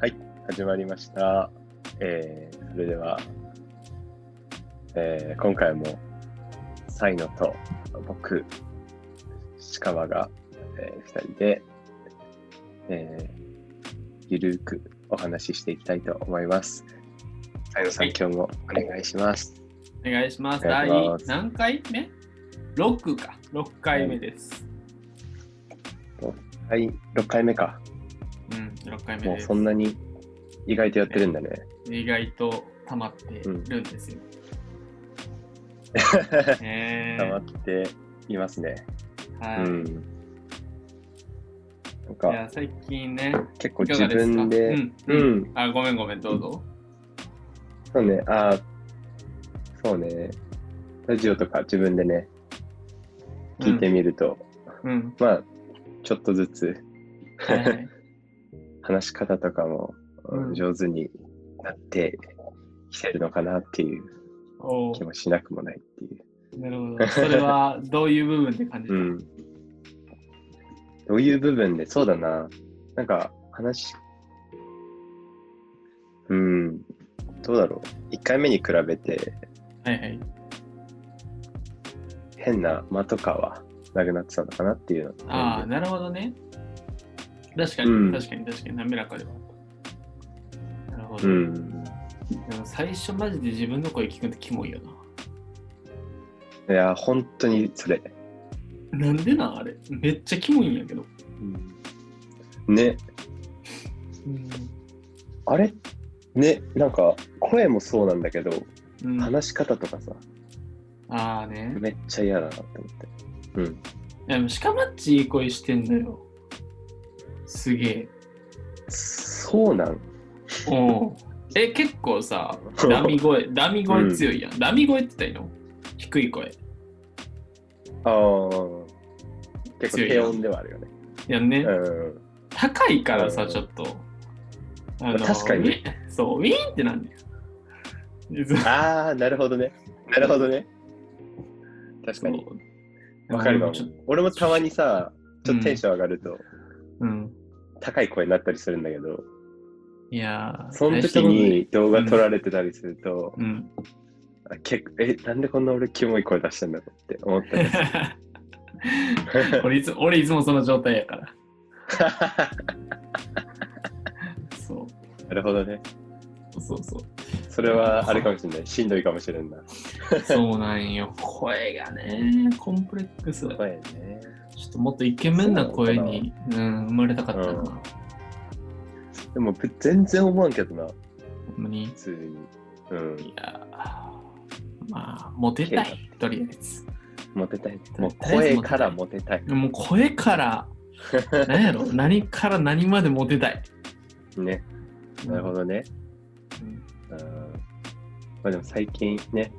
はい、始まりました。えー、それでは、えー、今回も、サイノと僕、鹿場が、えー、2人で、えー、ゆるーくお話ししていきたいと思います。サイノさん、はい今日もお願いします。お願いします。お願いしま第す何回目 ?6 か。6回目です。はい、6回目か。うん、6回目もでうすそ。んなに意外とやってるんだね。意外と溜まってるんですよ。ね溜まっていますね。はうい。ん。なんかい、や、最近ね、結構いか自がですか分で、うんうん、あ、ごめんごめん、どうぞ。そうね、あーそうね、ラジオとか自分でね、聞いてみると、うん。まあ、ちょっとずつはいはい話し方とかも、うんうん上手になってきてるのかなっていうお気ーもしなくもないっていう。なるほど。それはどういう部分で感じたうん。どういう部分で、そうだな、なんか話、うん、どうだろう、1回目に比べて、はいはい。変な間とかはなくなってたのかなっていうのがああ、なるほどね。確かに、うん確かに、確かに、滑らかではあった。なるほど。うんでも最初マジで自分の声聞くのってキモいよいや本当にそれ、な。なんでなんあれめっちゃキモいんやけど。ねうん。あれねなんか声もそうなんだけど話し方とかさああね。めっちゃ嫌だなと思ってうんでもしかもっちいい声してんのよ。すげえ。そうなんおうえ、結構さ、ダミ声、ダミ声強いやん。ダミ声って言ったらいいの低い声。いあー結構強い低よ音ではあるよねやね、うん高いからさ、うんちょっと。あの確かに。ウィーンそう、ウィーンってなんだよ。ああなるほどねなるほどね確かにそうわかるでわもちょっと俺もたまにさちょっとテンション上がると、うん。高い声になったりするんだけどいやーその時、に動画撮られてたりすると、大したこあ結構えなんでこんな俺キモい声出してんだろうって思ったとないり うん。俺いつ俺いつもその状態やから。そなるほどね。うそうそう。それはあれかもしれない。しんどいかもしれんな。そうなんよ。声がね、コンプレックス。ちょ声ね。っともっとイケメンな声に、うん、生まれたかったな。うんほでもぶ全然思わんけどな、んまに。い普通に。うん。やーまあ、モテたい、とりあえず。モテたいね。もう声からモテたい。もう声から、何やろ、何から何までモテたい。ね。なるほどね。うん。まあでも最近ね、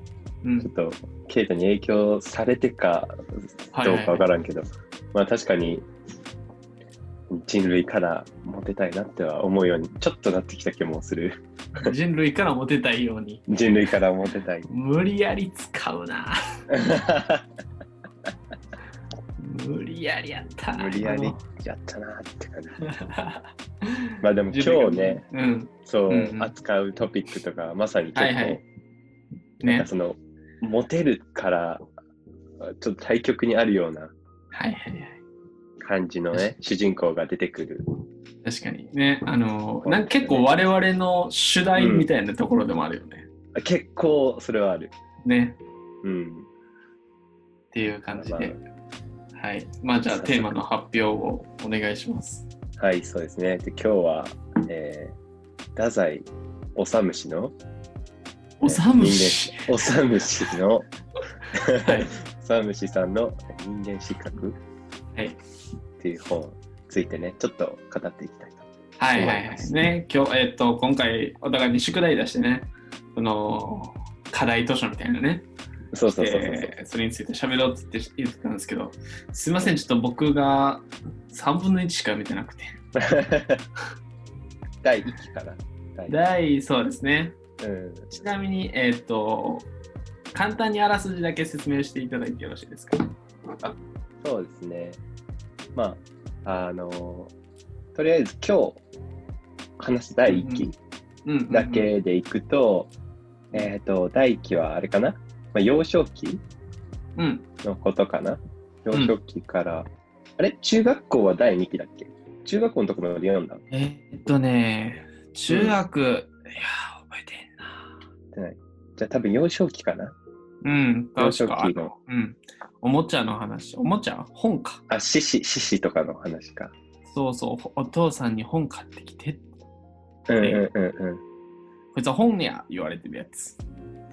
うん。ちょっとケイトに影響されてかはいどうはいはいかわからんけど、まあ確かに人類からモテたいなっては思うようにちょっとなってきた気もする。 うん人類からモテたいように。人類からモテた い。無理やり使うな。無理やりやった。無理や りやったなって感じ。今まあでも今日ね、。うん。そう、うんうん扱うトピックとか、まさに結構、はいはいなんねか。その、モテるから、ちょっと対極にあるようなはいはいはい。感じのね、主人公が出てくる。確かに。ね。あのー、なんか結構我々の主題みたいなところでもあるよね。あ結構それはある。ね。うん。っていう感じで。はい。まあじゃあテーマの発表をお願いします。はい、そうですね。で今日は、えー、太宰治虫の、おさむし。治虫の、はい。治虫さんの人間失格っはい。ていう本についてね、ちょっと語っていきたいと。はいはいはい。ね。今日、えっと、今回お互いに宿題出してね。その、課題図書みたいなね。そうそうそうそうそう。えーそれについて喋ろうって言って言ってたんですけど、すいません、ちょっと僕が3分の1しか見てなくて。 第1期から。第一第、そうですね。うん、ちなみに、えっ、と、簡単にあらすじだけ説明していただいてよろしいですか。そうですね。まあ、あのとりあえず今日、話す第1期うんうんうんだけでいくと、えっ、と、第1期はあれかな、まあ、幼少期うんのことかな幼少期から、あれ中学校は第2期だっけ中学校のところまで読んだのえーっとね中学、いやー覚えてんなじゃあ多分幼少期かなうん幼少確か期のうんおもちゃの話おもちゃ本かあ、獅子、獅子とかの話か。そうそうお父さんに本買ってきてうんうんうんうん。こいつは本や言われてるやつ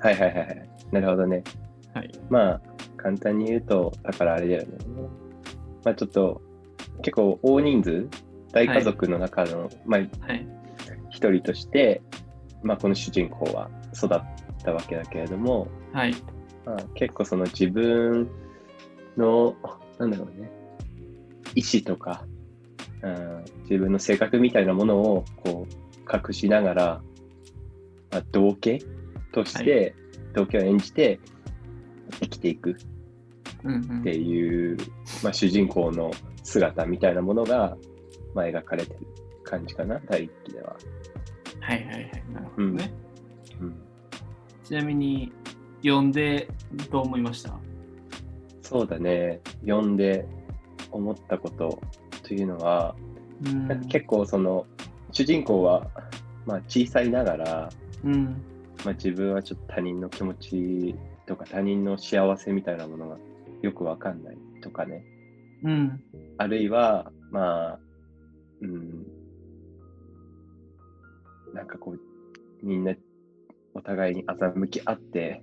はいはいはいはい。なるほどね。はい。まあ、簡単に言うと、だからあれだよね。まあちょっと、結構大人数、大家族の中の、まあはい一人として、まあこの主人公は育ったわけだけれども、はいまあ、結構その自分の、なんだろうね、意思とか、うん、自分の性格みたいなものをこう隠しながら、まあ、同型として、同型を演じて生きていくっうんうんていう、まあ、主人公の姿みたいなものが、まあ、描かれてる感じかな、第一期では。はいはいはいなるほどね、うん、ちなみに読んでどう思いましたそうだね、読んで思ったことというのは、うんなんか結構その主人公は、まあ、小さいながら、うんまあ、自分はちょっと他人の気持ちとか他人の幸せみたいなものがよくわかんないとかねうんあるいはまあうんなんかこうみんなお互いに欺き合って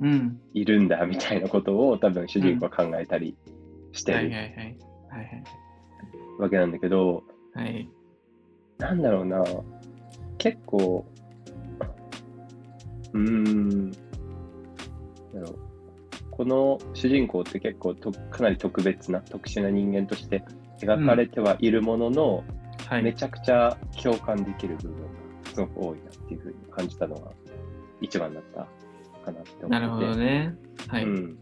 うんいるんだみたいなことを多分主人公は考えたりしてはいはいるはいはいわけなんだけど、はいはいなんだろうな、結構、うーん、なんだろうこの主人公って結構とかなり特別な、特殊な人間として描かれてはいるものの、はい、めちゃくちゃ共感できる部分がすごく多いなっていうふうに感じたのが一番だったかなって思って。なるほどねはい、うん、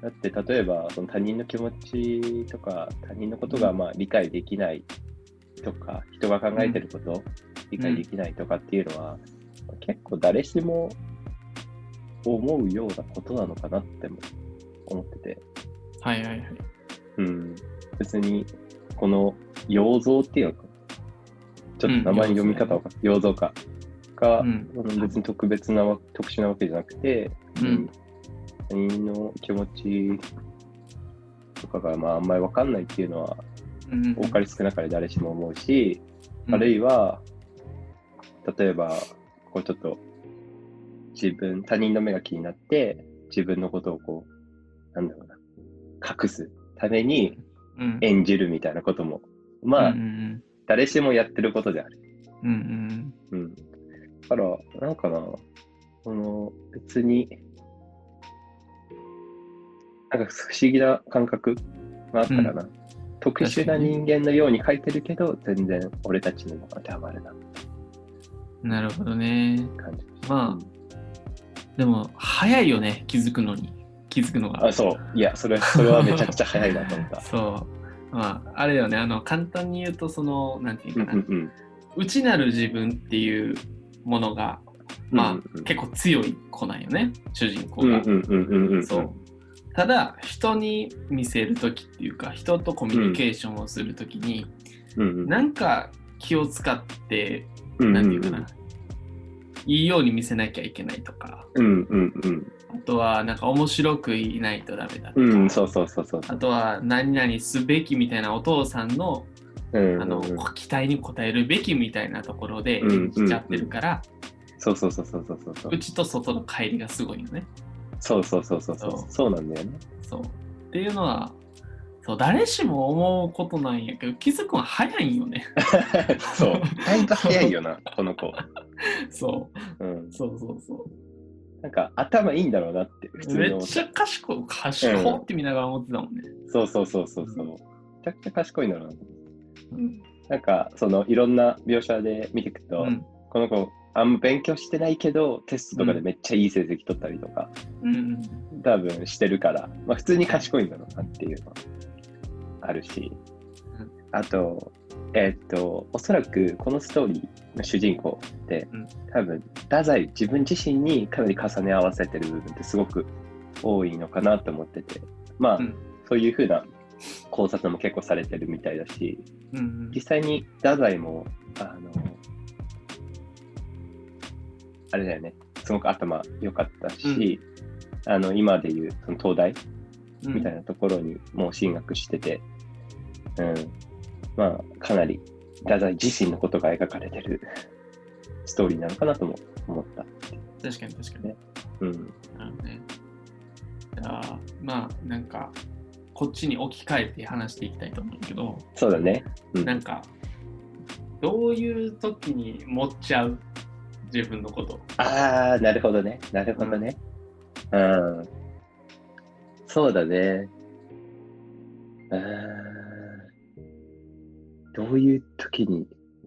だって例えばその他人の気持ちとか他人のことがまあ理解できないとか人が考えてること、理解できないとかっていうのは、結構誰しも思うようなことなのかなっても思ってて、はいはいはいうん、別にこの「像っていうのかちょっと名前の読み方は「像かが、うんあの別に特別なわ特殊なわけじゃなくて、うん他人の気持ちとかがまああんまり分かんないっていうのはうん多かれ少なかれ誰しも思うし、うんあるいは例えばこうちょっと自分他人の目が気になって自分のことをこうなんだろうな隠すためにうん演じるみたいなこともまあ、うん誰しもやってることである。うんうんうん、だからなんかなその別になんか不思議な感覚があったかな、特殊な人間のように書いてるけど全然俺たちにも当てはまるなってうんなるほどね感じまでも早いよね気づくのに気づくのがあそういやそれそれはめちゃくちゃ早いなと思ったそうまああれよねあの簡単に言うとそのなん ていううんかうな、んうん内なる自分っていうものが、まあ、うんうん結構強い子なんよね、主人公うが。んうんうんうんうんそうただ、人に見せる時っていうか、人とコミュニケーションをする時に、うんうんなんか気を使って、うんうんなんていうかな、いいように見せなきゃいけないとか、うんうんうんあとは、なんか面白くいないとダメだとか、うんそうそうそうそうあとは、何々すべきみたいなお父さんのうんあのうんうん期待に応えるべきみたいなところでうん来ちゃってるから、そうそうそうそうそうそうそううちと外の帰りがすごいよね。そうそうそうそうそうそうなんだよねそうっていうのはそう誰しも思うことなんやけど気づくのは早いんよね。 そう。だいぶ早いよな、この子。そううん。そうそうそなんか頭いいんだろうなって、普う。通めのっ。ちゃ賢い賢って見ながら思ってたもんね。そうそうそうそうそう。めちゃくちゃ賢いんだろうな。うんなんか、そのいろんな描写で見ていくと、うんこの子、あんま勉強してないけど、テストとかでめっちゃいい成績取ったりとか、うん多分してるから、まあ普通に賢いんだろうなっていうのはあるしうん、あと、えーっと、おそらくこのストーリーの主人公って、うん多分、太宰自分自身にかなり重ね合わせてる部分ってすごく多いのかなと思ってて、まあ、うんそういうふうな考察も結構されてるみたいだし、うんうん実際に太宰も、あの、あれだよね、すごく頭良かったし、あの今でいうその東大うんみたいなところにもう進学してて、うん、まあ、かなり、太宰自身のことが描かれてるストーリーなのかなとも思った。確かに確かに。うん、なるほどね。じゃあ、まあ、なんか、こっちに置き換えて話していきたいと思うんだけど、そうだね。うんなんか、どういう時に持っちゃう自分のこと。ああ、なるほどね。なるほどね。うん。そうだね。うーんどういう時に、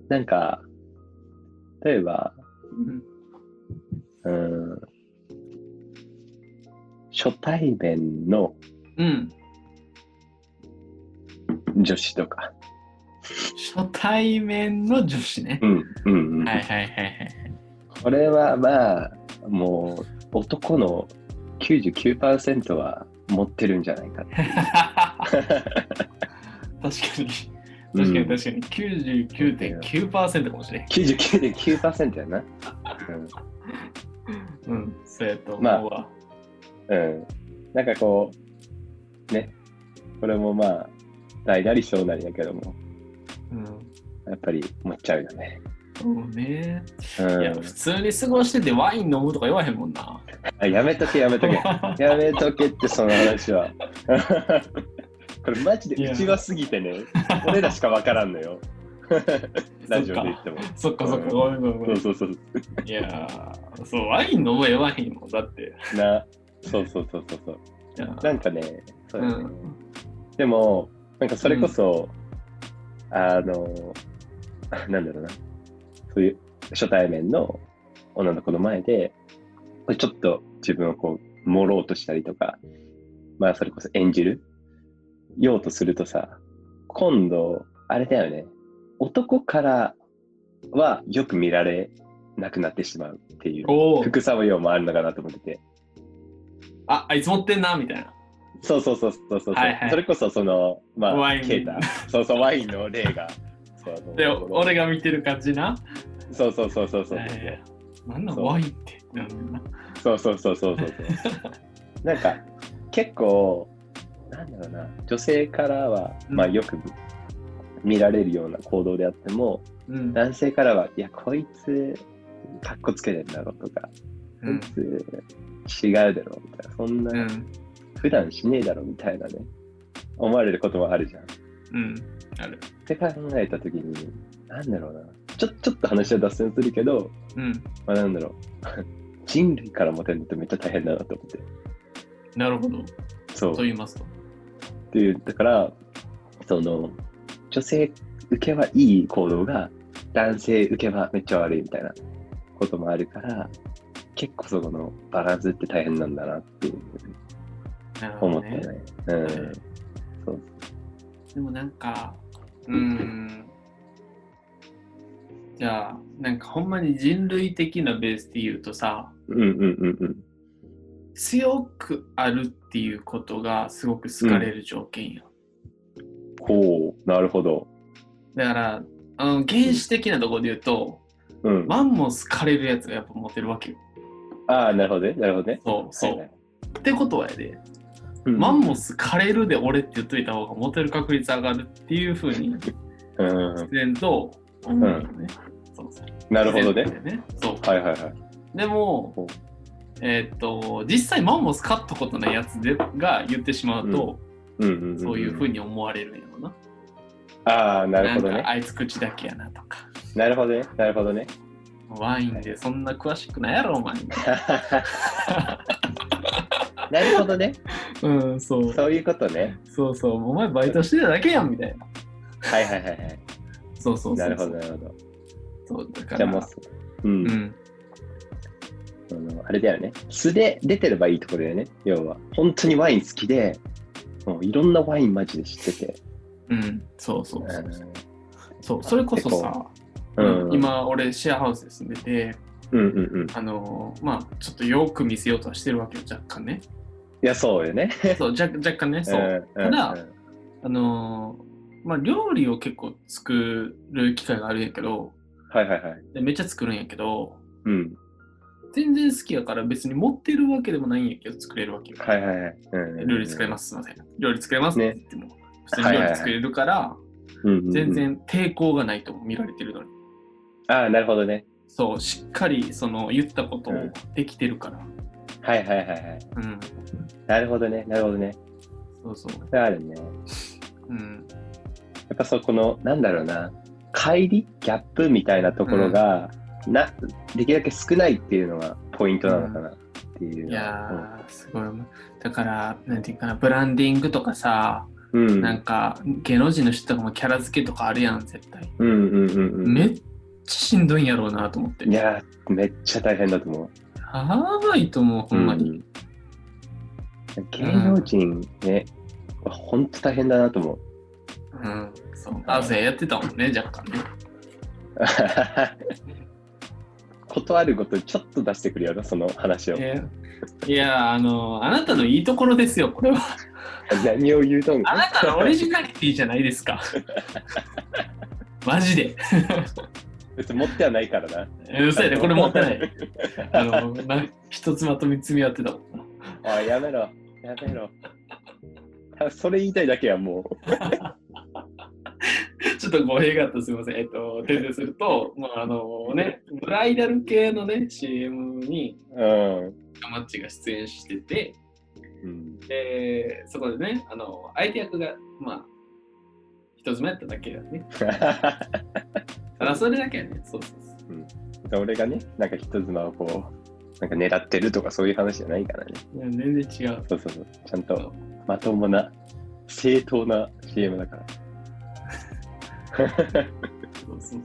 なんか、例えば、うんうん、初対面のうん。女子とか。初対面の女子ねう。ん、うん、うんはいはいはいはい。これはまあ、もう男の99%は持ってるんじゃないかな。確かに。確かに確かに。99.9%かもしれん。 99.9%やな。うんうん。そうやとまあ思うわ。うん。なんかこう、ね、これもまあ、大なり小なりだけども、うん。やっぱり持っちゃうよね。そうね。うん、いや、普通に過ごしててワイン飲むとか言わへんもんな。あやめとけ、やめと け。やめとけって、その話は。 これマジでうちわすぎてね、俺らしかわからんのよ。 ラジオで言っても。そっかそっか、ごめんごめんそごうめ。んそうそう。いやー、そう、ワイン飲む言わへんもん。だって。な、そうそうそうそうそう。いやなんかね、そううだねん。でも、なんかそれこそ、あの、 なんだろうな、そういう初対面の女の子の前で、これちょっと自分をこう、盛ろうとしたりとか、まあそれこそ演じるようとするとさ、今度、あれだよね、男からはよく見られなくなってしまうっていう、おお。副作用もあるのかなと思ってて。あ、あいつ持ってんな、みたいな。そうそうそうそうそう、はいはいそれこそそのまあワインケータそうそうワインの例 がそうあので、俺が見てる感じな。そうそうそうそうそう、えーなんなんそうワインって。なんだよなそうそうそうそうそうそう なんか結構なんだろうな女性からは、うんまあよく見られるような行動であってもうん。男性からはいやこいつかっこつけてんだろとか、うこいつ違うだろみたいなそんな、ん。普段しねえだろみたいなね思われることもあるじゃんうん。ある。って考えたときに、なんだろうな、ちょちょっと話は脱線するけど、うん。まあ、なんだろう、 人類からモテるのってめっちゃ大変だなと思って。なるほど。そう。とっ言いますと。ていう、だから、その、女性受けはいい行動が、男性受けはめっちゃ悪いみたいなこともあるから、結構そこのバランスって大変なんだなっていうなるほ思どったねね。。うん。そうでもなんか、うーん。じゃあ、なんかほんまに人類的なベースで言うとさ、うんうんうんうん。強くあるっていうことがすごく好かれる条件や。ほう、なるほど。だから、あの原始的なところで言うと、うん。マンモス枯れるやつがやっぱモテるわけよ。ああ、なるほどね。なるほどね。そうそう。はいはいってことはやで、うんマンモス枯れるで俺って言っといた方がモテる確率上がるっていうふうにうん。自然と思うよね。そうそうなるほどね自。然とねそうはいはいはい。でもほ、えーっと実際マンモス飼ったことないやつでが言ってしまうと、うんうんんんそういうふう。に思われるんやろな。ああ、なるほどなね。んかあいつ口だけやなとか。なるほどね。なるほど ね。ワインでそんな詳しくないやろお前。なるほどね。うん、そう。そういうことね。そうそう。お前バイトしてただけやんみたいな。はいはいはいはい。そうそうそうそなう。るほどなるほど。そうだから。じゃあもう、う、うんん。そのあれだよね。素で出てればいいところだよね。要は。本当にワイン好きで、もういろんなワインマジで知ってて。うん。そうそううんそう。そう、それこそさ、うん、今俺シェアハウスで住んでて、うんうんうん。いあのーまあちょっとよく見せようとはしてるわけよ、若 干ね。や、そうよね。そう、若若干ね、そう。んただ、あのーまあ料理を結構作る機会があるんやけど、はいはいはい。でめっちゃ作るんやけど、うん。全然好きやから別に持ってるわけでもないんやけど作れるわけよ。はいはいはい。うん料理作れます、すいません。料理作れます、ねって言っても、普通に料理作れるから、うんうんうん全。然抵抗がないとも見られてるのに。ああ、なるほどね。そう、しっかりその言ったことをうんできてるから。はいはいはいはい。うん。なるほどね。なるほどね。そうそう。それあるね。やうん。っぱそこの、なんだろうな、乖離ギャップみたいなところが、な、できるだけ少ないっていうのがポイントなのかなっていう。いやー、すごい。だから、なんていうかな、ブランディングとかさ、うん。うん。なんか芸能人の人とかもキャラ付けとかあるやん、絶対。うんうんうんうん。めっちゃしんどいんやろうなと思って。いやー、めっちゃ大変だと思う。やばいと思う、ほんまに。うん芸能人ね、ほんと大変だなと思う。 うん。そう。あずややってたもんね、若干ね。ことあるごとにちょっと出してくるよな、その話を。えーいやーあのあなたのいいところですよこれは何を言うとんあなたのオリジナリティじゃないですかマジで 別に持ってはないからな。うるさいねこれ持ってないあのな一つまとめ積み合ってたもんなおい、やめろ、やめろ。たそれ言いたいだけや、もう。ちょっと語弊があったすみませんえっと訂正するともうあのねブライダル系のね CM にうん。マッチが出演しててうん、 でそこでねあの相手役がまあ一つ目やっただけだねただそれだけやねそうそうそう俺がね、なんか人妻をこう、なんか狙ってるとかそういう話じゃないからね。いや全然違うそうそうそう。ちゃんとまともな、正当な CM だから。 そうそうそう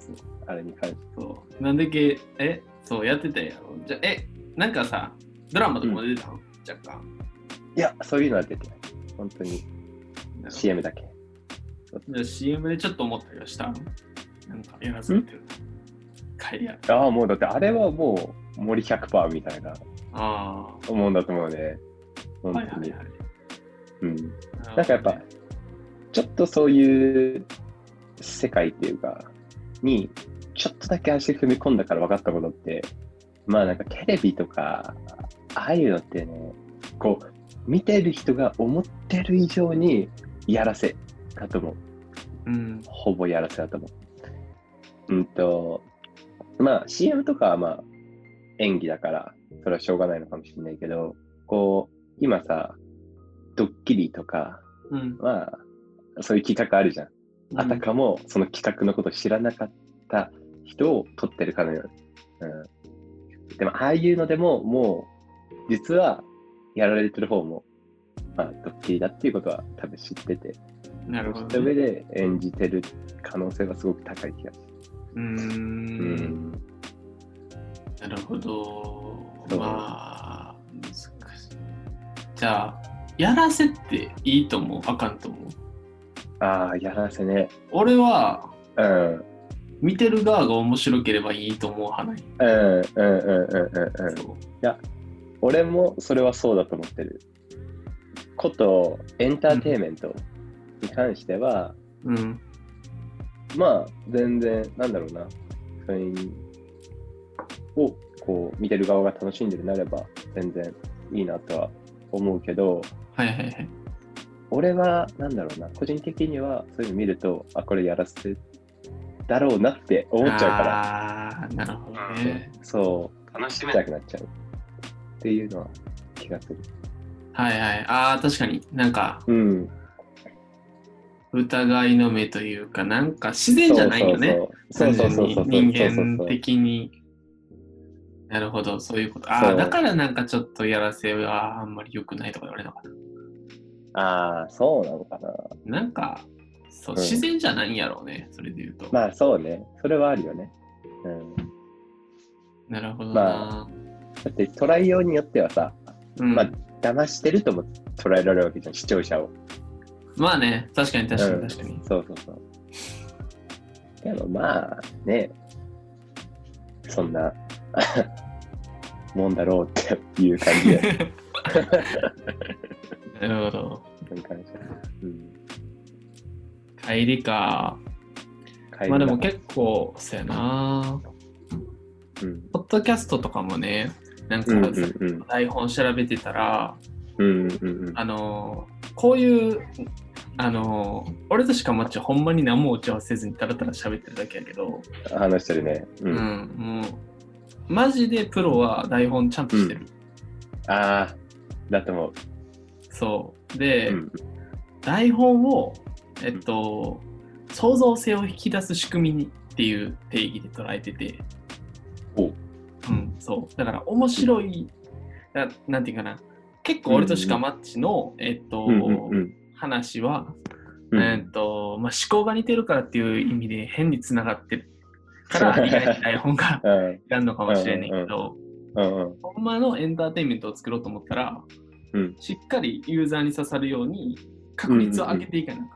あれに関して。そう。なんでけ、え、そうやってたやろ。じゃ、え、なんかさ、ドラマとかも出てたの、若干。いや、そういうのは出てない。本当に CM だけ。じゃあ CM でちょっと思ったりはしたなんかやらされてる。帰りや。ああ、もうだってあれはもう森100%みたいなあ思うんだと思うね。あ。本はい当はいに。はい。うん。ななんかやっぱちょっとそういう世界っていうか、に、ちょっとだけ足踏み込んだから分かったことって、まあなんかテレビとか、ああいうのってね、こう、見てる人が思ってる以上にやらせだと思う。うん。ほぼやらせだと思う。うんと、まあ CM とかはまあ演技だから、それはしょうがないのかもしれないけど、こう、今さ、ドッキリとか、うん。まあ、そういう企画あるじゃん。あたかもその企画のことを知らなかった人を撮ってるかのように。うん、でも、ああいうのでも、もう、実はやられてる方も、まあ、ドッキリだっていうことは多分知ってて、うん。なるほ知ったど、ね。上で演じてる可能性はすごく高い気がすうーる。ん。なるほど。そうまあ、難しい。じゃあ、やらせっていいと思うあかんと思うああ、やらせね。俺は、うん。見てる側が面白ければいいと思う派なんようんうんうんうんうんうん。そう俺もそれはそうだと思ってる。ことエンターテインメントに関しては、うん。まあ全然なんだろうなそれをこう見てる側が楽しんでるなれば全然いいなとは思うけどはいはいはい。俺はなんだろうな個人的にはそういうの見るとあこれやらせてだろうなって思っちゃうからああー、なるほどね。そう楽しめなくなっちゃうっていうのは気がするはいはい。ああ、確かになんかうん疑いの目というか、なんか自然じゃないよね。そうそうそうそうそうそうそうそ単う純にそうそう人間的に。なるほど、そういうこと。あそあ、うだからなんかちょっとやらせはあんまり良くないとか言われたかああそうなのかなな。なんか、そう、うん自然じゃないんやろうね、それで言うと。まあそうねそれはあるよねうんなるほどな。まだって捉えようによってはさうんまあ騙してるとも捉えられるわけじゃん、視聴者を。まあね、確かに確かに確かに。そうそうそう。でもまあね、そんなもんだろうっていう感じで。なるほど。なんかねうん帰りか。帰りまあでもな結構、そうやな。うんポッドキャストとかもね、なんかうんうんうん台本調べてたら、うんうんうんあのーこういう、あのー俺としかもっちほんまに何も打ち合わせせずにたらたら喋ってるだけやけど、話してるね。ううんん、もう、マジでプロは台本ちゃんとしてる。ああ、だと思う。そう。で、うん台本を、えっと、創造性を引き出す仕組みにっていう定義で捉えてて、おうん、そう。だから面白い、ななんていうかな、結構俺としかマッチの、えっと、うんうんうん話は、うんえーっとまあ、思考が似てるからっていう意味で変につながってるから意外に台本がうんいらんのかもしれないけど、うんうんほんまのエンターテインメントを作ろうと思ったら、うんしっかりユーザーに刺さるように確率を上げていかなく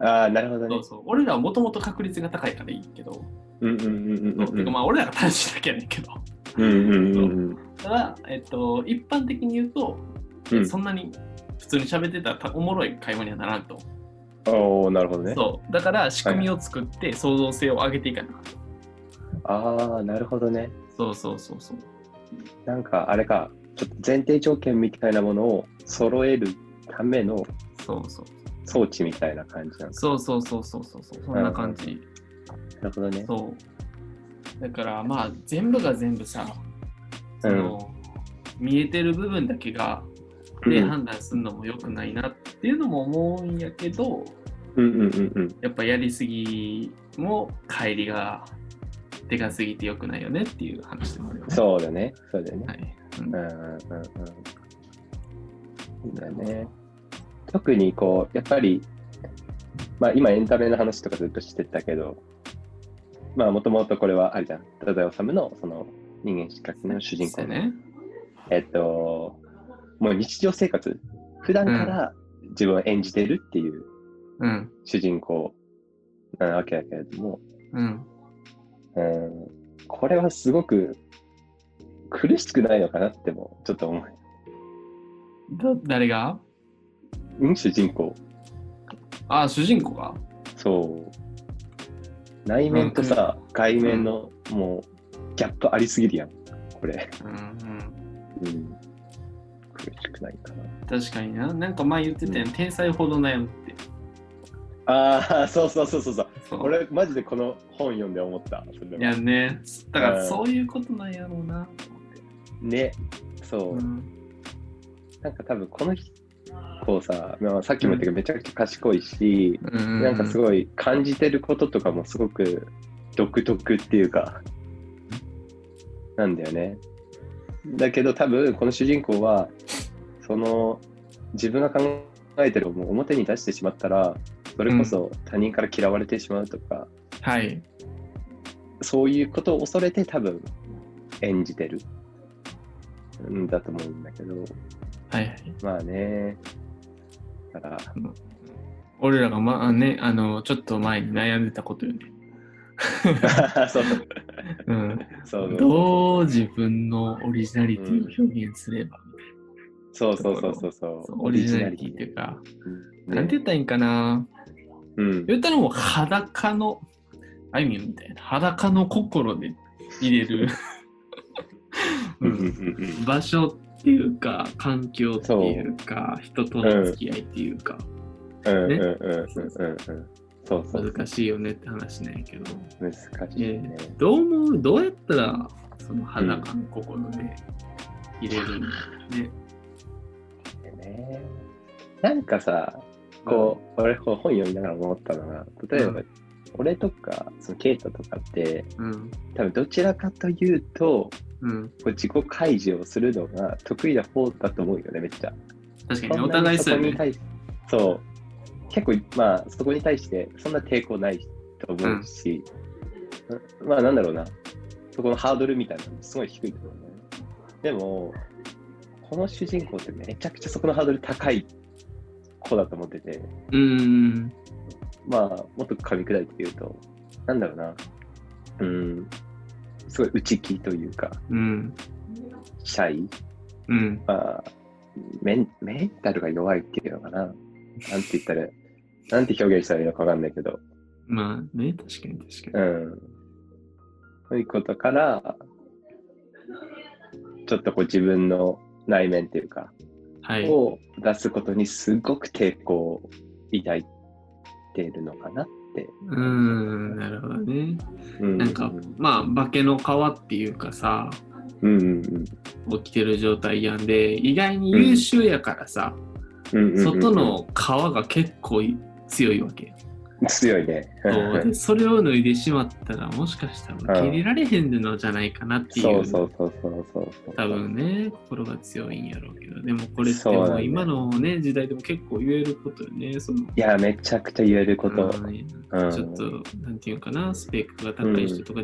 ああ、なるほどねそう。そう俺らはもともと確率が高いからいいけど、うんうんうんうんそうてかまあ俺らが正しいだけやねんけどうんうんうんうんただ、えっと、一般的に言うと、うんそんなに普通に喋ってたらたおもろい会話にはならんと、おおなるほどね。そうだから仕組みを作って創造性を上げていかなあかんああ、なるほどね。そうそうそうそうなんかあれか、ちょっと前提条件みたいなものを揃えるためのそうそう装置みたいな感じなんです。そうそうそうそうそうそうそんな感じ、なるほどね。そうだからまあ全部が全部さそうんの、見えてる部分だけがでうん判断するのも良くないなっていうのも思うんやけどうんうんうんうん。やっぱやりすぎも帰りがでかすぎて良くないよねっていう話でもあるよねそうだね。そうだよねは。い、うんうんうんうん。だよね。特にこう、やっぱり、まあ今エンタメの話とかずっとしてたけど、まあもともとこれはあれじゃん。太宰治のその人間失格の主人公そうの、ねえっと、もう日常生活、普段から自分を演じてるっていううん主人公なわけだけれども、うんうん、これはすごく苦しくないのかなってもちょっと思う。ど誰がうん主人公。あ主人公がそう。内面とさ、外面の、もう、ギャップありすぎるやん、これ。うんうんうん。苦しくないかな。確かにな。なんか前言ってたやん、天才ほど悩むって。ああ、そうそうそうそうそう。そう俺、マジでこの本読んで思った。それいやね。だかうらんそういうことなんやろうなと思って。ね。そう。うんなんか多分この人、こうさ、まあ、さっきも言ったけど、めちゃくちゃ賢いし、うんなんかすい。ごい感じてることとかもすごく独特っていうか、なんだよね。だけど多分この主人公は、その自分が考えてるもう表に出してしまったら、それこそ他人から嫌われてしまうとか、はい。そういうことを恐れて多分演じてるんだと思うんだけど、はいはい。まあね。だから、俺らがまあね、あの、ちょっと前に悩んでたことよね。 そうそううん。そうどう自分のオリジナリティを表現すれば、そうそうそうそうそうそそううオリジナリティっていうか、うんなんて言ったらいいんかな。うん言ったらもう裸の、あいみょんみたいな、裸の心で入れる。ううんうんんうん場所っていうか環境っていうか人との付き合いっていうか、うんうんうんうんねうんうんそうそう難しいよねって話なんやけど難しいねどう思うどうやったらその裸の心で入れるんだろうね、ねなんかさこう俺こう本読みながら思ったのが例えばう俺とかそのケイトとかってうん多分どちらかというとうん、こう自己開示をするのが得意な方だと思うよねめっちゃ確かにねそおんな互いにそそうこやにね対しそう結構まあそこに対してそんな抵抗ないと思うし、まあなんだろうなそこのハードルみたいなのもすごい低いと思うねでもこの主人公ってめちゃくちゃそこのハードル高い子だと思っててうんまあ、もっと噛み砕いて言うと、なんだろうな、うーん、すごい内気というか、うん。シャイ、うん。まあ、メンメンタルが弱いっていうのかな。なんて言ったら、なんて表現したらいいのかわかんないけど、まあね、確かに確かうん。そういうことから、ちょっとこう自分の内面っていうか、に。はい。を出すことにすごく抵抗を抱いているのかな。うん、なるほどね。うんなんか、まあ、化けの皮っていうかさ、うんうん起きてる状態やんで、意外に優秀やからさ、うんうんうんうん外の皮が結構強いわけ。強いね。そうでそれを脱いでしまったら、もしかしたら受け入れられへんのじゃないかなっていう。 そうそうそうそうそうそう。多分ね、心が強いんやろうけど、でもこれってそうなんだよもう今のね、時代でも結構言えることよね、そのいや、めちゃくちゃ言えること。うんうんちょっと、なんていうかな、スペックが高い人とか、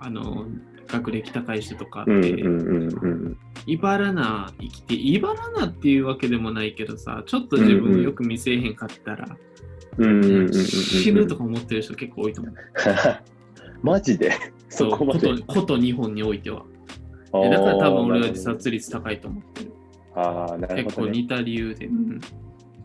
あの、学歴高い人とかって、うんうんうんうん。いばらな生きて、いばらなっていうわけでもないけどさ、ちょっと自分をよく見せえへんかったら、うんうんうんうんうん死ぬとか思ってる人結構多いと思う。マジで そこまでそうことこと日本においては。あでーだから多分俺は自殺率高いと思ってる。ああ、なる結ほ構ど、ね。似た理由で。うん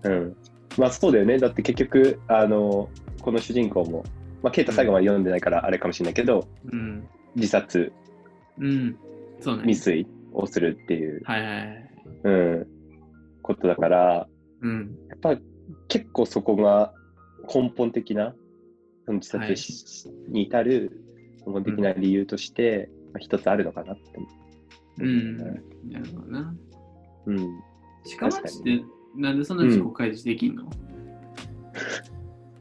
うん。まあそうだよね。だって結局、あの、この主人公も、まあ、ケイタ最後まで読んでないからあれかもしれないけど、うん。自殺、うん。そうね未。遂をするっていう、はいはいはい。うん、ことだから、うん。やっぱ結構そこが根本的な、その自殺はいしに至る根本的な理由として、まあ、一つあるのかなって思うう。ん。なるほどな。うん。近町ってなんでそんな自己開示できんの、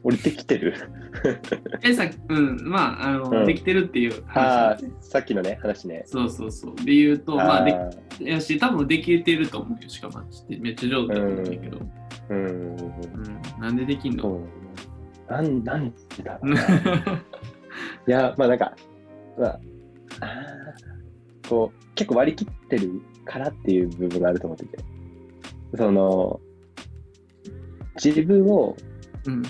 降りてきて る。え、さうん、まあ、あの、うんできてるっていうああ話。、さっきのね、話ね。そうそうそう。で言うと、まあ、あでーきやし、多分できてると思うよ、近町って。めっちゃ上手だと思うんだけど。うん。うん。なんでできんそのうだね。なん、なんでだろう うんな。いや、まあなんか、まあ、あーこう、結構割り切ってるからっていう部分があると思ってて、その、自分をうん。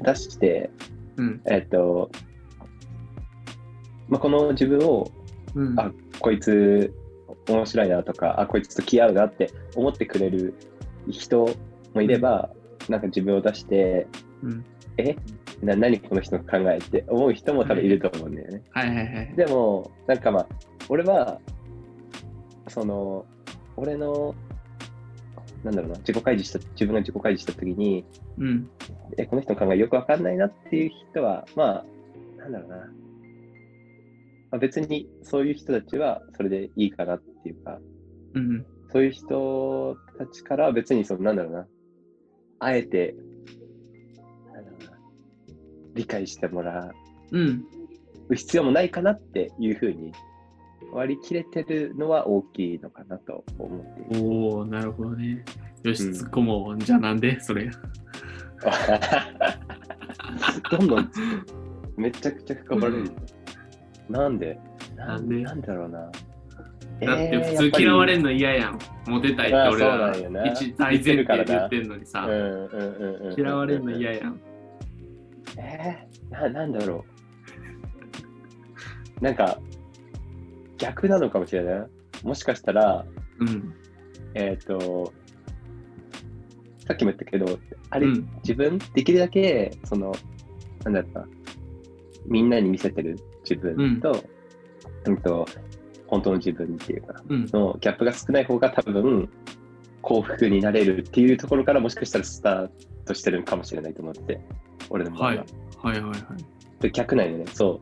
出して、うん。えっと、まあ、この自分を、うん。あこいつ面白いなとか、あ、こいつと気合うなって思ってくれる人もいれば、なんか自分を出して、うんえな何この人の考えって思う人も多分いると思うんだよね。はいはいはい。でも、なんかまあ、俺は、その、俺の、なんだろうな、自己開示した、自分が自己開示したときに、うん。え、この人の考えよくわかんないなっていう人は、まあ、なんだろうな、まあ、別にそういう人たちはそれでいいかなっていうか、うん。そういう人たちからは別にその、なんだろうな、あえて、なんだろうな、理解してもらううん。必要もないかなっていうふうに割り切れてるのは大きいのかなと思ってい る。おおなるほどね。よし、うん突っ込もう。じゃあなんでそれ。どんどんめちゃくちゃ深まれる。なんでなんでなんだろうな。だって普通嫌われるるの嫌やん。モテたいってまあ俺らそうなんよな一大前提で言ってんのにさ、うんうんうんうん、嫌われるの嫌やん。えー、ななんだろう。なんか逆なのかもしれない。もしかしたら、うん。えっ、と、さっきも言ったけど、ああれ、うん、自分できるだけそのなんだろうなみんなに見せてる自分と,、うん、と本当の自分っていうかうん。のギャップが少ない方が多分幸福になれるっていうところからもしかしたらスタートしてるかもしれないと思って俺の場合は、はい。はいはいはい。で逆なんよねそ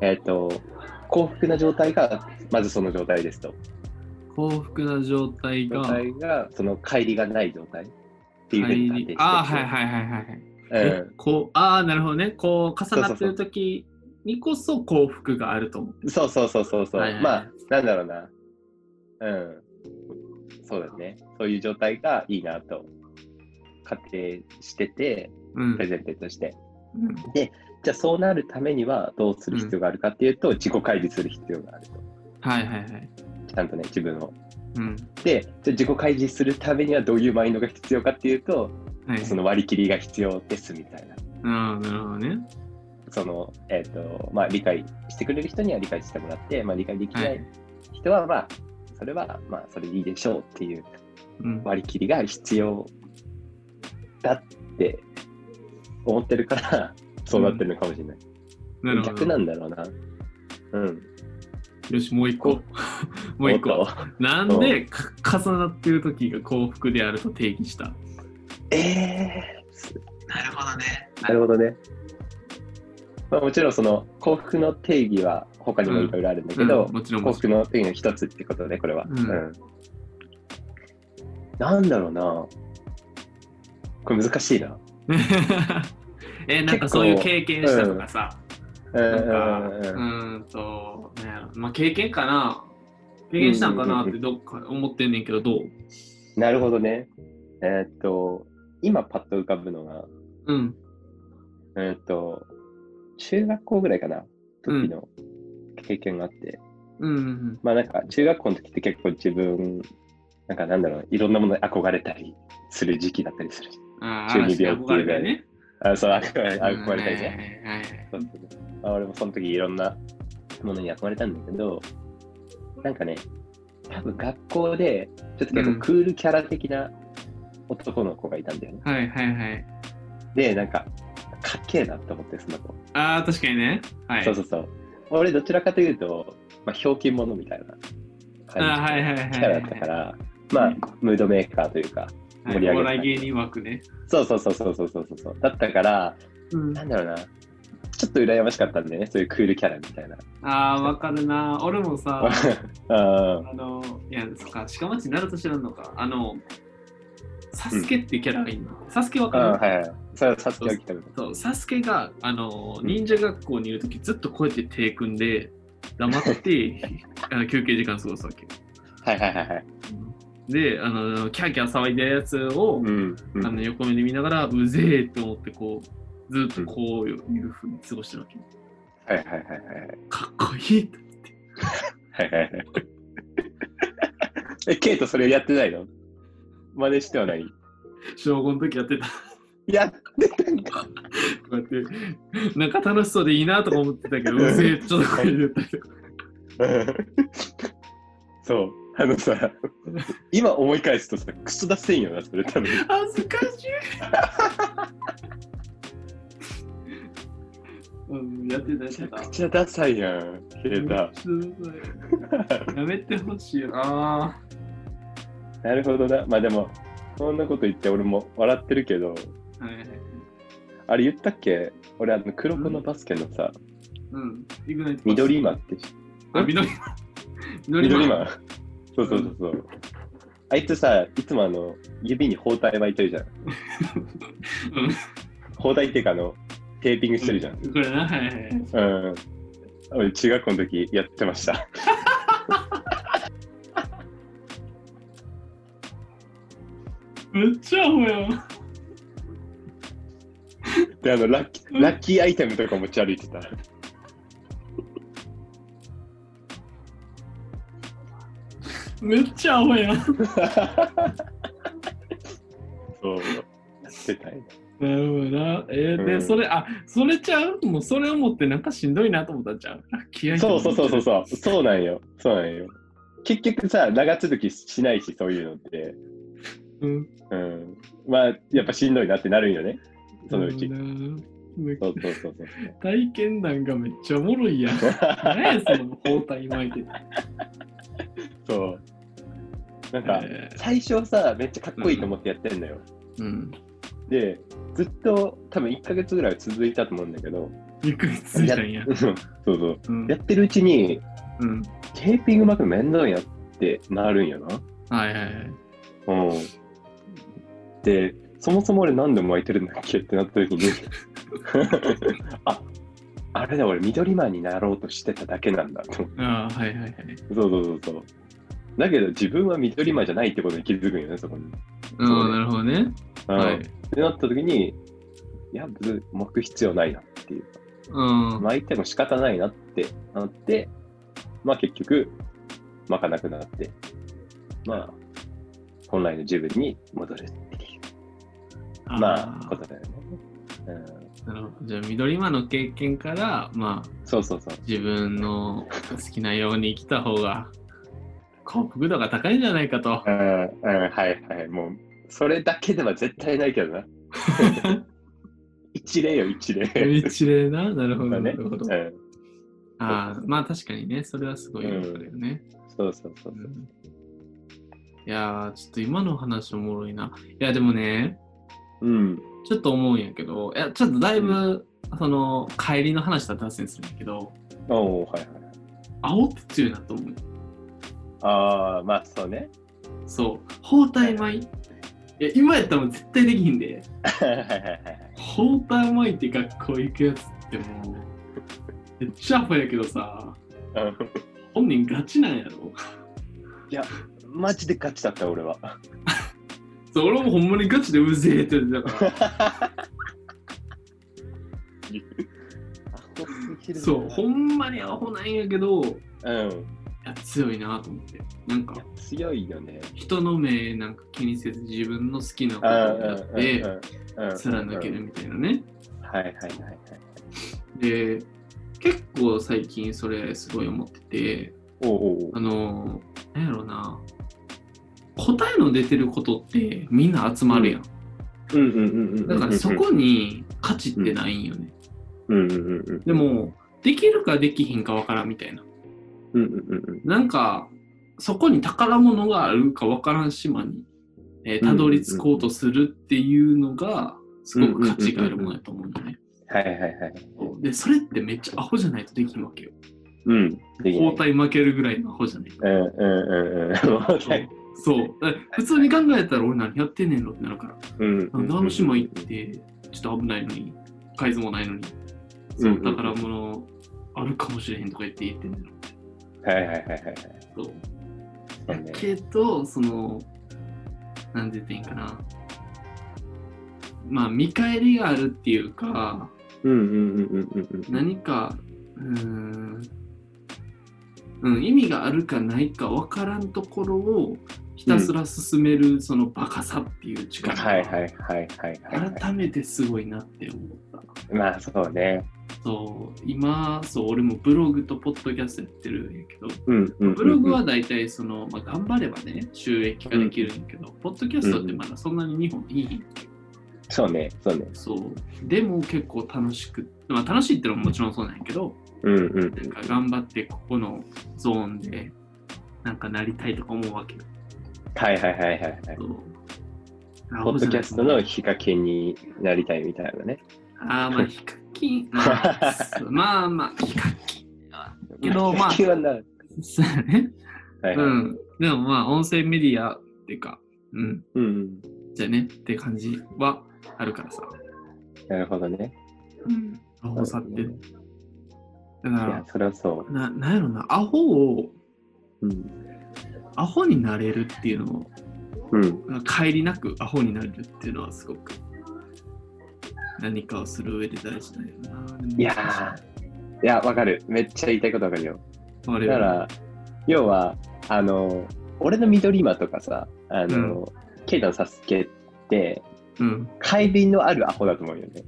うえっ、と幸福な状態がまずその状態ですと幸福な状態状が、態がその乖離がない状態っていうふうに入仮定してりああ、はいはいはいはい。いえこう、ああ、なるほどね。こう、重なってる時にこそ幸福があると思う。そうそうそうそうそう、はいはいまあなんだろうなうんそうだねそういう状態がいいなと仮定しててうん。プレゼンテとして、うんじゃあそうなるためにはどうする必要があるかっていうと、自己開示する必要があるとはいはいはい。ちゃんとね自分をうん。でじゃあ自己開示するためにはどういうマインドが必要かっていうとはい。その割り切りが必要ですみたいなああ、なるほどね。その、えっ、と、まあ、理解してくれる人には理解してもらって、まあ、理解できはないい。人は、まあ、それは、まあ、それでいいでしょうっていううん、割り切りが必要だって思ってるから、 そうなってるのかもしれない。なるほ逆ど。なんだろうな。うん。よし、もう一個。 もう一思っ個。たわ。なんでか重なってる時が幸福であると定義したええなるほどね。なるほどね。まあ、もちろんその幸福の定義は他にもいろいろあるんだけど、うんもちろん幸もち福の定義の一つってことね、これは。うんなんだろうな。これ難しいな。ろん。 え、なんかそういう経験したとかさ。うなんか、うんうんうんーんと、ね、まあ経験かな。経験したんかなってどっか思ってんねんけど、どうなるほどね。えーっと、今パッと浮かぶのが、うん。えーっと、中学校ぐらいかな、時の経験があって、うんうんまあなんか中学校の時って結構自分、なんかなんだろう、いろんなものに憧れたりする時期だったりする。うん。ああ、中嵐二に病って憧いうれたぐらいよね。あそう、憧れ憧れたりね。ね。はいはいはいそうそうそうまあ、俺もその時いろんなものに憧れたんだけど、なんかね、多分学校で、ちょっと結うん構クールキャラ的な男の子がいたんだよね。はいはいはい。で、なんか、かっけえなって思って、その子。ああ、確かにね。はい。そうそうそう。俺、どちらかというと、まあ、ひょうきん者みたいなああ、はいはい感はいはい。じのキャラだったから、まあ、ムードメーカーというか、はい、盛り上げるお笑い芸人枠ね。そうそうそうそうそうそうそうそう、だったから、うんなんだろうな、ちょっと羨ましかったんだよね、そういうクールキャラみたいな。ああ、わかるな。俺 もさ、ああの、いや、そっか、鹿町になると知らんのか。あの、サスケってキャラがいいな。サスケわあ、うん、かるはいはい。それはさっきは聞いたことそう、サスケが、あの、忍者学校にいるとき、ずっとこうやって手組んで、黙って、あの休憩時間過ごすわけ。はいはいはいはい。で、あの、キャーキャー騒いでるやつを、うん。うんあの横目で見ながら、うぜえって思って、こう、ずっとこういうふうに過ごしてるわけ。はいはいはいかっこいいって。はい。はいはいはい。え、ケイトそれやってないの真似してはない小5の時やってた。やってたんか。こうやって、なんか楽しそうでいいなとか思ってたけ ど、うぜえ、ちょっとこれ言ったけど。そう。あのさ、今思い返すとさ、クソ出せんよな、それ多分。恥ずか しいうん、やってた、やめっちてゃたく。ちゃダサいやん、ケイタ。やめてほしいよ。あなるほどな。まあでも、そんなこと言って俺も笑ってるけど、あ。はいはい。あれ言ったっけ俺、あの、黒子のバスケのさ、うん。イグナイトパス緑マンって知ってるあ、緑。緑マンマン。そうそうそうそう。あいつさ、いつもあの、指に包帯巻いてるじゃん。うん包帯っていうか、あの、テーピングしてるじゃん。これな、はいはいはい。うん。俺、中学校の時やってました。 めっちゃアホやん。で、あの、ラッキー、ラッキーアイテムとか持ち歩いてた。 めっちゃアホやん。そう。やってたよなるほどな。えー、で、うんそれ、あ、それちゃうもうそれを持ってなんかしんどいなと思ったんちゃうラッキーアイテそムうそうそうそうそう。そうなんよ。そうなんよ。結局さ、長続きしないし、そういうのって。うん。うん。まあ、やっぱしんどいなってなるんよね。そのうちなるほそどうなそうそうそう。体験談がめっちゃおもろ いやん。何やその包帯巻いて。そう。なんか、え最初はさ、めっちゃかっこいいと思ってやってんだよ。ーうん。で、ずっと多分1ヶ月ぐらいは続いたと思うんだけど、 びっくりついたんや。そうそう。うんやっ。てるうちに、うん。テーピング巻くの面倒やってなるんよな。はいはいはい。うん。で、そもそも俺何で巻いてるんだっけってなった時 に、あ、あれだ、俺緑マンになろうとしてただけなんだと思ってああ、はいはいはい。そうそうそうそう。だけど自分は緑マンじゃないってことに気づくんよね、そこに。うん、なるほどね。うんはい。ってなった時に、いや、別に巻く必要ないなっていう。うん。巻いても仕方ないなってなって、まあ結局、巻かなくなって、まあ、本来の自分に戻るっていう、まあ、ことだよね。うん。なるほど。じゃあ、緑間の経験から、まあ、そうそうそう。自分の好きなように生きた方が、幸福度が高いんじゃないかとう。ん、うん、はいはい。もう、それだけでは絶対ないけ どな。一例よ、一例。一例な。なる ほど。だなねるほど。うんああ、まあ確かにね、それはすごいわかるよね。そうそうそうう。んいやー、ちょっと今の話おもろいな。いや、でもね、うん。ちょっと思うんやけど、いや、ちょっとだいぶ、うその、帰りの話とは脱線するんやけど、おおはいはい。青って強いなと思う。ああ、まあそうね。 そう、包帯巻い。いや、今やったらもう絶対できひんで。はいはいはいはい。包帯巻いて学校行くやつってもう、めっちゃアホやけどさ、うん本人ガチなんやろ。マジでガチだった俺は。そう、俺もほんまにガチでうぜえって言ってたから。そう、ほんまにアホなんやけど、いうん。や、強いなと思って。なんかいや、強いよね。人の目なんか気にせず自分の好きなことをやって、貫貫ける。みたいなね。はいはいはいはい。で、結構最近それすごい思ってて、おうおうあのー、なんやろな、答えの出てることってみんな集まるやん。おう。うんうんうんうんうんうん。だからそこに価値ってないんよね。うんうんうんうん。でも、できるかできひんかわからんみたいな。うんうんうんうん。なんか、そこに宝物があるかわからん島に、えーたどり着こうとするっていうのが、すごく価値があるものやと思うんだね。はいはいはい。で、それってめっちゃアホじゃないとできんわけよ。うん。できな包い帯負けるぐらいのアホじゃないと。うんうんうんうん。包そ帯う。そう。だから普通に考えたら俺何やってんねんのってなるから。うんあのあの島行って、ちょっと危ないのに、改造もないのに、そうんううん宝物あるかもしれへんとか言って言ってんだよ。はいはいはいはいはい。そうそうだねけど、その、なんて言っていいんかな。まあ、見返りがあるっていうか、うんうんうんうんうんうん。何か、うーん、うん、意味があるかないかわからんところをひたすら進める、そのバカさっていう力が、はいはいはいはいはい。改めてすごいなって思った。まあそうね。そう今そう俺もブログとポッドキャストやってるんやけどうんうんうんうん。ブログは大体その、まあ、頑張ればね収益化できるんやけど、ポッドキャストってまだそんなに日本いいんやけどそうね、そうね。そうでも結構楽しく、まあ、楽しいってのももちろんそうなんやけどうんうんうん。なんか頑張ってここのゾーンでなんかなりたいとか思うわけよはいはいはいはいはい。そうポッドキャストのヒカキンになりたいみたいなね。ああまあヒカキンまあそうまあまあヒカキ ンはけどまあヒカキンはなはいそうやねはい。ううんん。でもまあ、音声メディアっていうか、うん。うん。じゃねって感じはあるからさ。なるほどね。うん。アホさって。いだからや、、それはそななんやろな、アホを、う。うん。アホになれるっていうのを、うん。帰りなくアホになれるっていうのはすごく、何かをする上で大事だよな。でもいやーいや、わかる。めっちゃ言いたいことわかるよ。あれだよから、要は、あの、俺の緑間とかさ、あの、ケイタのサスケって、うん。乖便のあるアホだと思うよね。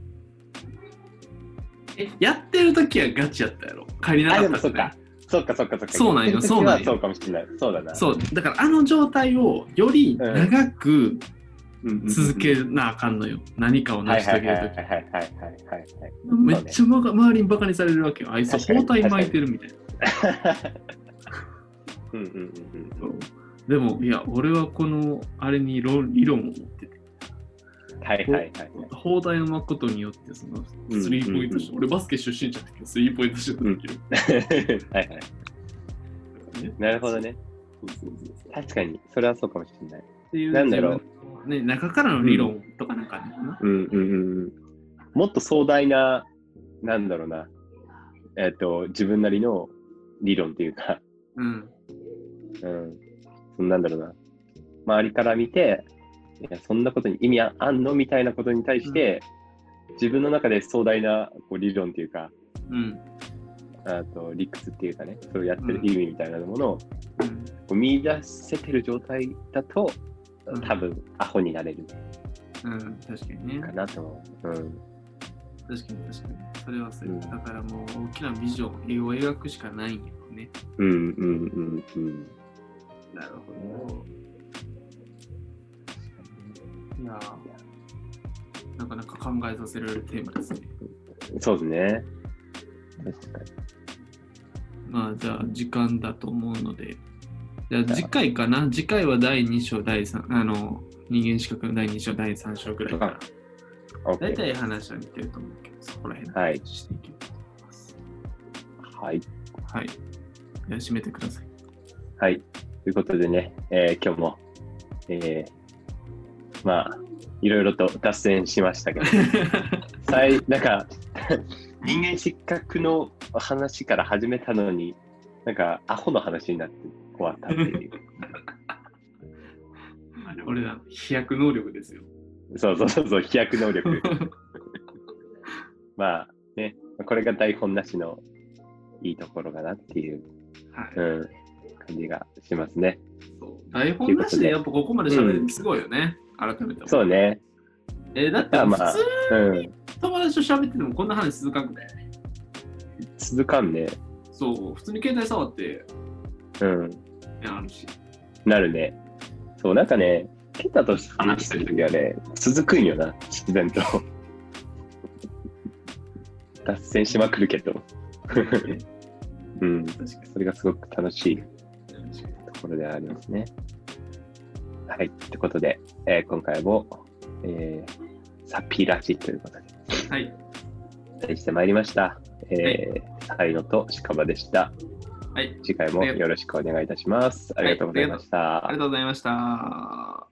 え、やってる時はガチやったやろ。帰りなあ、かでったもってそねっか。そっかそっかそっか。そうなんよ言ってるそう時なんはよそうかもしれない。そうだな。そう。だからあの状態をより長くうんうんうん続けなあかんのよ。何かを成はいしは遂いげはいはいるとき。はいはいはいはい。めっちゃバカ周りにバカにされるわけよ。あいつ確かに包帯巻いてるみたいな。 うんうんうんそうでも、いや、俺はこのあれに論理論を持ってて、うん。はいはいはいはい。包帯を巻くことによって、そのうんスリーポイントシュート、俺バスケ出身者だけど、スリーポイントシュートできる。はいはい。ねなるほど。ね。そうそうそうそう確かに、それはそうかもしれない。っていうなんだろう自分のね、中からの理論とかなんかあるのかな。うんうんうん。もっと壮大な、なんだろうな、えっ、と、自分なりの理論っていうか、うん。うん、そのなんだろうな、周りから見て、いやそんなことに意味ああんのみたいなことに対して、自分の中で壮大なこう理論っていうか、うん。あと理屈っていうかね、そうやってるうん意味みたいなものをうんこう見出せてる状態だとうん、多分アホになれるうん。確かにね。かなと思う。うん。確かに確かに。それはそうれ。んだからもう大きなビジョン、を描くしかないんやろね。うんうんうんうん。なるほど。いやーなかなか考えさせられるテーマですね。そうですね。確かに。まあじゃあ時間だと思うので、じゃあ次回かな次回は第2章、第3、あの、人間資格の第2章、第3章ぐらいかうな。大 OK。体話は似てると思うけど、そこら辺はいにしていけると思います。はい。はい。じゃあ締めてくだ さい。はい。ということでね、えー今日も、えーまあ、いろいろと脱線しま したけど、最なんか、人間失格の話から始めたのに、なんか、アホの話になって終わったっていう。俺らの飛躍能力ですよ。そうそうそうそう、飛躍能力。まあね、これが台本なしのいいところかなっていう、はい。うん、感じがしますね。そう台本なしでやっぱここまで喋るってすごいよね、改めて。そうね。えーだってまあ普まあ通にうん。友達と喋っててもこんな話続かんくて、続かんね。そう、普通に携帯触って、うん。いやあ るし。なるね。そう、なんかね、ケンタと話してる時はね、続くんよな、自然と。脱線しまくるけど。確かに。うん。それがすごく楽しいところではありますね。はい。ということで、えー今回も、えーサピラジということで、はい。お伝えしてまいりました。えー、サイロとシカバでした。はい。次回もよろしくお願いいたします。ありがとうございました。ありがとうございました。